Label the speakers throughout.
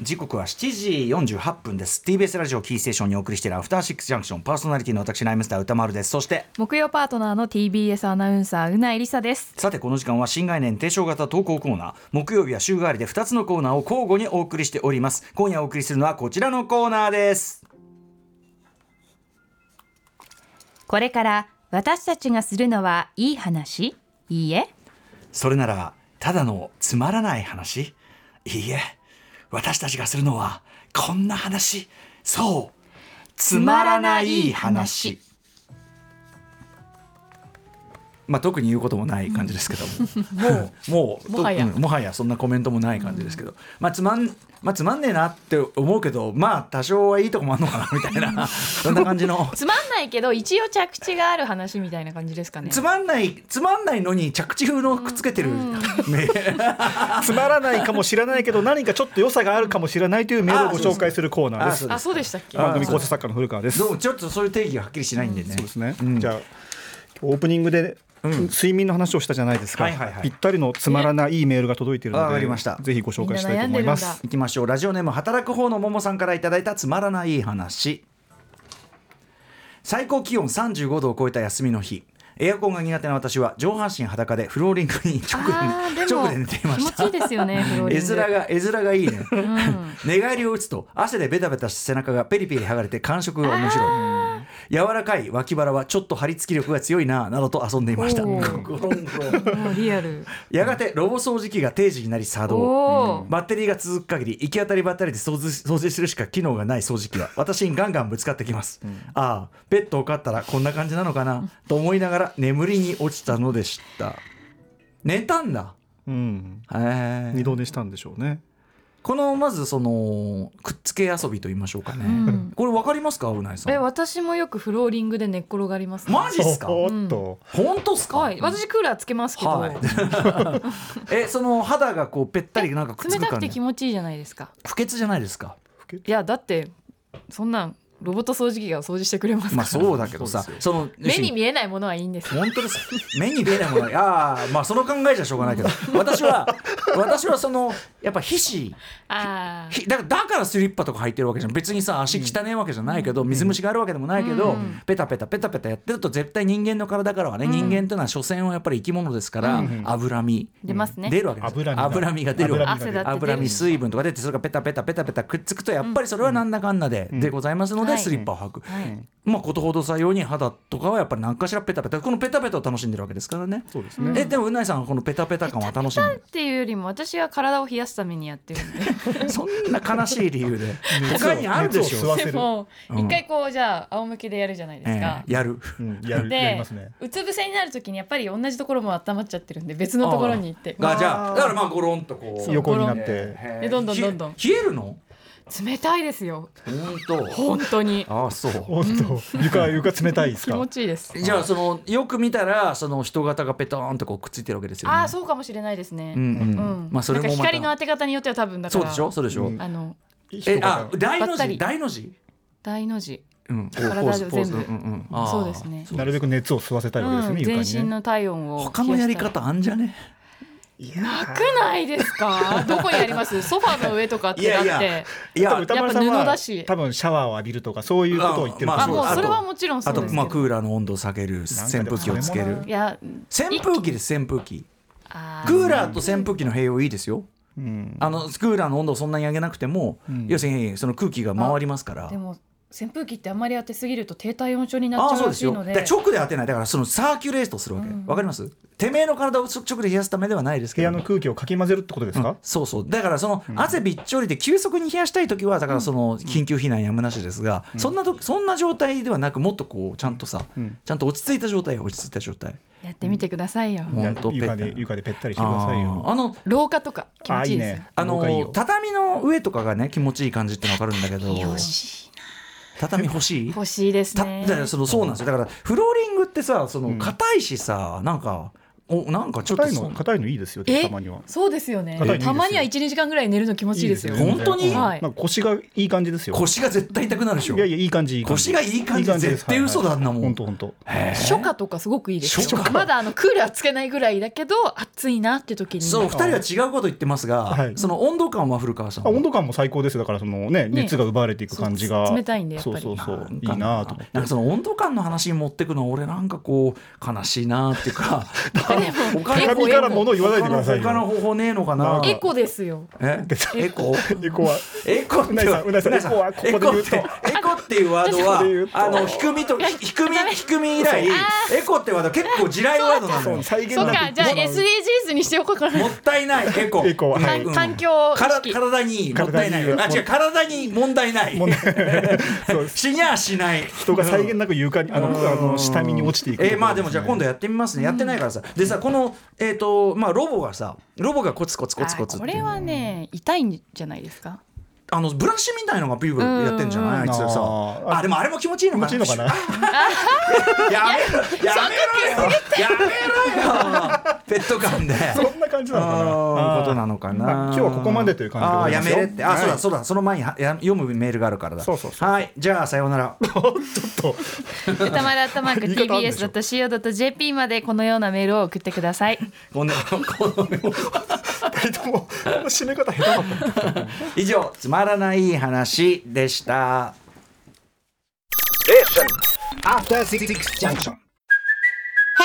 Speaker 1: 時刻は7時48分です TBS ラジオキーステーションにお送りしているアフターシックスジャンクションパーソナリティの私ライムスター歌丸ですそして
Speaker 2: 木曜パートナーの TBS アナウンサーうないりさです
Speaker 1: さてこの時間は新概念提唱型投稿コーナー木曜日は週替わりで2つのコーナーを交互にお送りしております今夜お送りするのはこちらのコーナーです
Speaker 2: これから私たちがするのはいい話いいえ
Speaker 1: それならただのつまらない話いいえ私たちがするのはこんな話そうつまらない話まあ、特に言うこともない感じですけども、もうもう
Speaker 2: もはや
Speaker 1: とうんもはやそんなコメントもない感じですけど、まあつまんまあ、つまんねえなって思うけどまあ多少はいいとこもあんのかなみたいなそんな感じの
Speaker 2: つまんないけど一応着地がある話みたいな感じですかね
Speaker 1: つまんないつまんないのに着地風のくっつけてる、ね
Speaker 3: つまらないかもしれないけど何かちょっと良さがあるかもしれないというメールをご紹介するコーナーです
Speaker 1: あ
Speaker 2: あそうでしたっけ
Speaker 3: 番組構成作家の古川です
Speaker 1: どう
Speaker 3: そ
Speaker 1: もちょっとそういう定義がはっきりしないんでね。
Speaker 3: うですね、
Speaker 1: ん
Speaker 3: じゃあオープニングで睡眠の話をしたじゃないですか、
Speaker 1: はいはいはい
Speaker 3: ぴったりのつまらないいいメールが届いている
Speaker 1: わ
Speaker 3: の
Speaker 1: か
Speaker 3: で
Speaker 1: りました
Speaker 3: ぜひご紹介したいと思
Speaker 2: み
Speaker 3: いま
Speaker 2: んな悩んでるん
Speaker 3: す
Speaker 1: いきましょうラジオネーム働く方のももさんからいただいたつまらない話最高気温35度を超えた休みの日エアコンが苦手な私は上半身裸でフローリングに
Speaker 2: あ
Speaker 1: 直で
Speaker 2: ーでも
Speaker 1: 直で寝ていま
Speaker 2: 気持
Speaker 1: し
Speaker 2: ち
Speaker 1: た
Speaker 2: いいですよねフローリ
Speaker 1: 絵
Speaker 2: ング
Speaker 1: 面が絵面がいいね、寝返りを打つと汗でベタベタした背中がペリペリ剥がれて感触が面白い柔らかい脇腹はちょっと張り付き力が強いななどと遊んでいました
Speaker 2: おー
Speaker 1: ゴロンゴロン
Speaker 2: もうリアル
Speaker 1: やがてロボ掃除機が定時になり作動
Speaker 2: おー
Speaker 1: バッテリーが続く限り行き当たりばったりで掃除掃除するしか機能がない掃除機は私にガンガンぶつかってきます、ああペットを飼ったらこんな感じなのかなと思いながら眠りに落ちたのでした寝たんだ
Speaker 3: うん
Speaker 1: へ
Speaker 3: 二
Speaker 1: え
Speaker 3: 度寝したんでしょうね
Speaker 1: このまずそのくっつけ遊びと言いましょうかね、
Speaker 2: うん
Speaker 1: これわかりますかうないさ
Speaker 2: え
Speaker 1: ん
Speaker 2: 私もよくフローリングで寝っ転がります
Speaker 1: マジっすか
Speaker 3: おっと、
Speaker 1: 本当っすか、
Speaker 2: はい私クーラーつけますけど、
Speaker 1: はいえその肌がこうぺったりなんかくっつ
Speaker 2: 冷
Speaker 1: く
Speaker 2: たく
Speaker 1: 感
Speaker 2: て
Speaker 1: じ
Speaker 2: 気持ちいいじゃないですか
Speaker 1: 不潔じゃないですか
Speaker 2: いやだってそんなんロボット掃除機が掃除してくれますから、
Speaker 1: まあそうだけどさ
Speaker 3: そうで
Speaker 1: その
Speaker 2: 目に見えないものはいいんですよ
Speaker 1: 本当です目に見えないものはああまあその考えじゃしょうがないけど私は私はそのやっぱ皮脂
Speaker 2: あー
Speaker 1: ひだからだからスリッパとか履いてるわけじゃん別にさ足汚いわけじゃないけど、水虫があるわけでもないけど、
Speaker 2: うん
Speaker 1: ペタペタペタペタやってると絶対人間の体からはね、
Speaker 2: うん
Speaker 1: 人間というのは所詮はやっぱり生き物ですから、
Speaker 2: うん
Speaker 1: 脂身
Speaker 2: 出ますね
Speaker 1: 出るわけです
Speaker 3: 脂身が
Speaker 1: 脂身が出るわけ
Speaker 3: 脂身
Speaker 2: 汗だって出る
Speaker 1: 脂身水分とか出てそれがペタペタペタペタくっつくとやっぱりそれはなんだかんだで、
Speaker 3: うん
Speaker 1: でございますの
Speaker 2: う
Speaker 1: で
Speaker 2: ん
Speaker 1: スリッパを履く、
Speaker 2: はい
Speaker 1: まあことほどさように肌とかはやっぱり何かしらペタペタこのペタペタを楽しんでるわけですからね
Speaker 3: そうです
Speaker 2: うん
Speaker 3: ね
Speaker 1: えでもうないさんはこのペタペタ感は楽しんで
Speaker 2: っていうよりも私は体を冷やすためにやってるんで
Speaker 1: るそんな悲しい理由で他にあるでし
Speaker 3: 熱を吸
Speaker 1: ょ、
Speaker 3: わせ
Speaker 2: で
Speaker 3: る
Speaker 2: も
Speaker 1: うん
Speaker 2: 一回こうじゃあ仰向けでやるじゃないです
Speaker 1: え
Speaker 2: か
Speaker 1: え、やる
Speaker 3: うん、やる
Speaker 2: で
Speaker 3: やりますね
Speaker 2: うつ伏せになるときにやっぱり同じところも温まっちゃってるんで別のところに行って
Speaker 1: がじゃあだからまあゴロンとこう
Speaker 3: 横になっ
Speaker 1: え
Speaker 3: て
Speaker 1: え
Speaker 2: でどんどんどんどん
Speaker 1: 冷え冷えるの
Speaker 2: 冷たいですよ
Speaker 1: 本
Speaker 2: 本当に
Speaker 1: 当ああそう
Speaker 3: おっと床床冷たいです
Speaker 2: 気
Speaker 3: か
Speaker 2: 持ちいいです
Speaker 1: じゃあそのよく見たらその人型がペターンとこうくっついてるわけですよね
Speaker 2: ああそうかもしれないですね
Speaker 1: うんうん、
Speaker 2: うん
Speaker 1: まあそれもま
Speaker 2: なん
Speaker 1: た
Speaker 2: か光の当て方によっては多分だか
Speaker 1: そう
Speaker 2: ら
Speaker 1: でしょそうでしょ、
Speaker 3: うん
Speaker 2: あの
Speaker 1: えあ
Speaker 3: 人が
Speaker 1: 大の
Speaker 2: ばった
Speaker 1: 字
Speaker 2: り
Speaker 1: 大の字
Speaker 2: 大の字
Speaker 1: うんこう
Speaker 2: 体
Speaker 1: ポーズポーズ
Speaker 2: 全部
Speaker 1: うんうんああ
Speaker 2: そうですね
Speaker 3: なるべく熱を吸わせたいわけですよ
Speaker 2: うん
Speaker 3: ね、床にね
Speaker 2: 全身の体温を
Speaker 1: 他のやり
Speaker 2: 冷やした
Speaker 1: 方あんじゃね
Speaker 3: いや
Speaker 2: なくないですかどこにありますソファーの上とかっ
Speaker 1: い
Speaker 2: てだっ
Speaker 1: やい
Speaker 2: て
Speaker 1: やいや
Speaker 3: 多分歌丸さん
Speaker 2: やっぱ布
Speaker 3: は
Speaker 2: だし
Speaker 3: 多分シャワーを浴びるとかそういうことを言ってる
Speaker 1: まあ
Speaker 2: あ
Speaker 3: と思
Speaker 2: も
Speaker 3: う
Speaker 2: うそれはもちろんそ
Speaker 1: あ
Speaker 2: うで
Speaker 1: と
Speaker 2: すけ
Speaker 1: まあ
Speaker 2: ど
Speaker 1: クーラーの温度を下げる
Speaker 3: なんか
Speaker 1: 扇
Speaker 3: でも
Speaker 1: 風機をつける
Speaker 3: それも
Speaker 2: いや
Speaker 1: 扇風機です扇風機
Speaker 2: あー
Speaker 1: クーラーと扇風機の併用いいですよ
Speaker 3: うん
Speaker 1: あのクーラーの温度をそんなに上げなくても、
Speaker 3: うん
Speaker 1: 要するにその空気が回りますから
Speaker 2: でも扇風機ってあんまり当てすぎると低体温症になっ
Speaker 1: あ
Speaker 2: ち
Speaker 1: あ
Speaker 2: ゃ
Speaker 1: そうう
Speaker 2: ら
Speaker 1: です
Speaker 2: しい
Speaker 1: よ
Speaker 2: の
Speaker 1: だか
Speaker 2: で
Speaker 1: ら直で当てないだからそのサーキュレートするわけわ、
Speaker 2: うん
Speaker 1: かりますてめえの体を直で冷やすためではないです
Speaker 3: 部
Speaker 1: けど
Speaker 3: 屋の空気をかき混ぜるってことですか、
Speaker 1: そうそうだからその汗びっちょりで急速に冷やしたい時はだからその緊急避難やむなしですが、そんなとそんな状態ではなくもっとこうちゃんとさ、
Speaker 3: うん
Speaker 1: ちゃんと落ち着いた状態落ち着いた状態
Speaker 2: やってみてくださいよ、
Speaker 1: うん
Speaker 3: い
Speaker 1: ほ
Speaker 3: や
Speaker 1: んと
Speaker 3: 床
Speaker 1: ぺっ
Speaker 3: で
Speaker 1: たり
Speaker 3: 床でぺったりしてくださいよ
Speaker 1: ああの
Speaker 2: 廊下とか気持
Speaker 3: あ
Speaker 2: ち
Speaker 3: い
Speaker 2: い
Speaker 3: い
Speaker 2: いです
Speaker 3: ね
Speaker 1: あ
Speaker 3: 廊下いい
Speaker 1: の
Speaker 3: よ
Speaker 1: 畳の上とかがね気持ちいい感じっての分かるんだけど
Speaker 2: 欲しい
Speaker 1: 畳欲しい
Speaker 2: 欲しいです
Speaker 1: た
Speaker 2: ね
Speaker 1: だからそのそうなんですよだからフローリングってさその硬いしさ、なんかおなんかちょっと
Speaker 3: 硬い
Speaker 1: そ
Speaker 3: の
Speaker 1: う
Speaker 3: 硬いのいいですよ
Speaker 4: え
Speaker 3: たまには
Speaker 4: そうですよね
Speaker 3: 硬いのいいですよ
Speaker 4: たまには12時間ぐらい寝るの気持ちいいですよ
Speaker 1: いいですよ本当に
Speaker 4: はい
Speaker 3: なんか腰がいい感じですよ
Speaker 1: 腰が絶対痛くなるでしょ
Speaker 3: いやいやいい感じいい感じ
Speaker 1: 腰がいい感じ
Speaker 3: です
Speaker 1: 絶対嘘だあんなもん
Speaker 3: 本当本当
Speaker 1: へー
Speaker 4: 初夏とかすごくいいですよ
Speaker 1: 初夏
Speaker 4: まだあのクーラーつけないぐらいだけど暑いなって時に
Speaker 1: そう2人は違うこと言ってますが、
Speaker 3: はい
Speaker 1: その温度感は古川さん
Speaker 3: あ
Speaker 1: は
Speaker 3: 温度感も最高ですよだからそのね熱が奪われていく感じが
Speaker 4: そう冷たいんでやっぱり
Speaker 3: そうそうそう
Speaker 1: ん
Speaker 3: い
Speaker 1: か
Speaker 3: いなと思って
Speaker 1: なんかその温度感の話に持ってくのは俺なんかこう悲しいなっていう か
Speaker 4: でも
Speaker 1: 他の
Speaker 4: エコ
Speaker 3: 紙から物を言わないでくださいよ
Speaker 1: 他の他の方法ねえのかな
Speaker 4: エコですよ
Speaker 1: えエコ
Speaker 3: エコは
Speaker 1: エコって
Speaker 3: うなぎさんうなぎさんエコはここで言うと
Speaker 1: エコってエコっていうワードは
Speaker 3: ここで言うと
Speaker 1: あの低みと低み低み以来エコってワード結構地雷ワードなの
Speaker 3: そう
Speaker 1: よ
Speaker 3: 再現
Speaker 4: そっ
Speaker 3: なく
Speaker 4: かじゃあ SDGs にしておこうかな
Speaker 1: もったいないエコ
Speaker 3: エコはい
Speaker 1: うん
Speaker 4: 環境意
Speaker 1: から
Speaker 4: 識
Speaker 1: 体にもったいないあ
Speaker 3: 体に
Speaker 1: 違う体に問題ない
Speaker 3: もうね そう
Speaker 1: 死にゃしない
Speaker 3: 人が再現なく床にあのあの下見に落ちていく
Speaker 1: えーまあでもじゃあ今度やってみますね、やってないからさでさこのえっ、とまあロボがさロボがコツコツコツコツ
Speaker 4: あ
Speaker 1: っ
Speaker 4: こ
Speaker 1: て
Speaker 4: れ
Speaker 1: いう
Speaker 4: はね痛いんじゃないですか
Speaker 1: あのブラシみたいのがピューブルやってんじゃない、
Speaker 3: うん
Speaker 1: あいつさ
Speaker 3: あ
Speaker 1: あ
Speaker 3: ー
Speaker 1: でもあれも気持ちいいの
Speaker 3: 気
Speaker 1: か
Speaker 3: 持
Speaker 1: な
Speaker 3: ちいいのか な
Speaker 1: や めろやめろよやめろよペット感で
Speaker 3: そんな感じなのかな
Speaker 1: あー
Speaker 3: あー
Speaker 1: ことなのかな
Speaker 3: まあ今日はここまでという感じでございますよ
Speaker 1: あーやめれってあそう
Speaker 3: は
Speaker 1: だ
Speaker 3: い
Speaker 1: そうだその前にはや読むメールがあるからだ
Speaker 3: そうそうそう
Speaker 1: はいじゃあさようなら
Speaker 3: ちょっと
Speaker 2: 歌丸アットマーク
Speaker 3: 言い方あるでしょ
Speaker 2: TBS.CO.JP までこのようなメールを送ってください
Speaker 1: こんなこのメール
Speaker 3: 二人ともこの締め方下手だった
Speaker 1: 以上つまらない話でした。
Speaker 5: After Six Junction.
Speaker 6: Hey,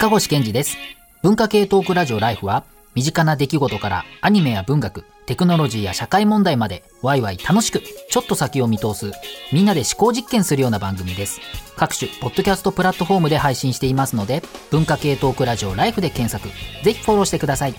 Speaker 7: 塚越健治です。文化系トークラジオライフは、身近な出来事からアニメや文学、テクノロジーや社会問題まで、ワイワイ楽しく、ちょっと先を見通す、みんなで思考実験するような番組です。各種、ポッドキャストプラットフォームで配信していますので、文化系トークラジオライフで検索、ぜひフォローしてください。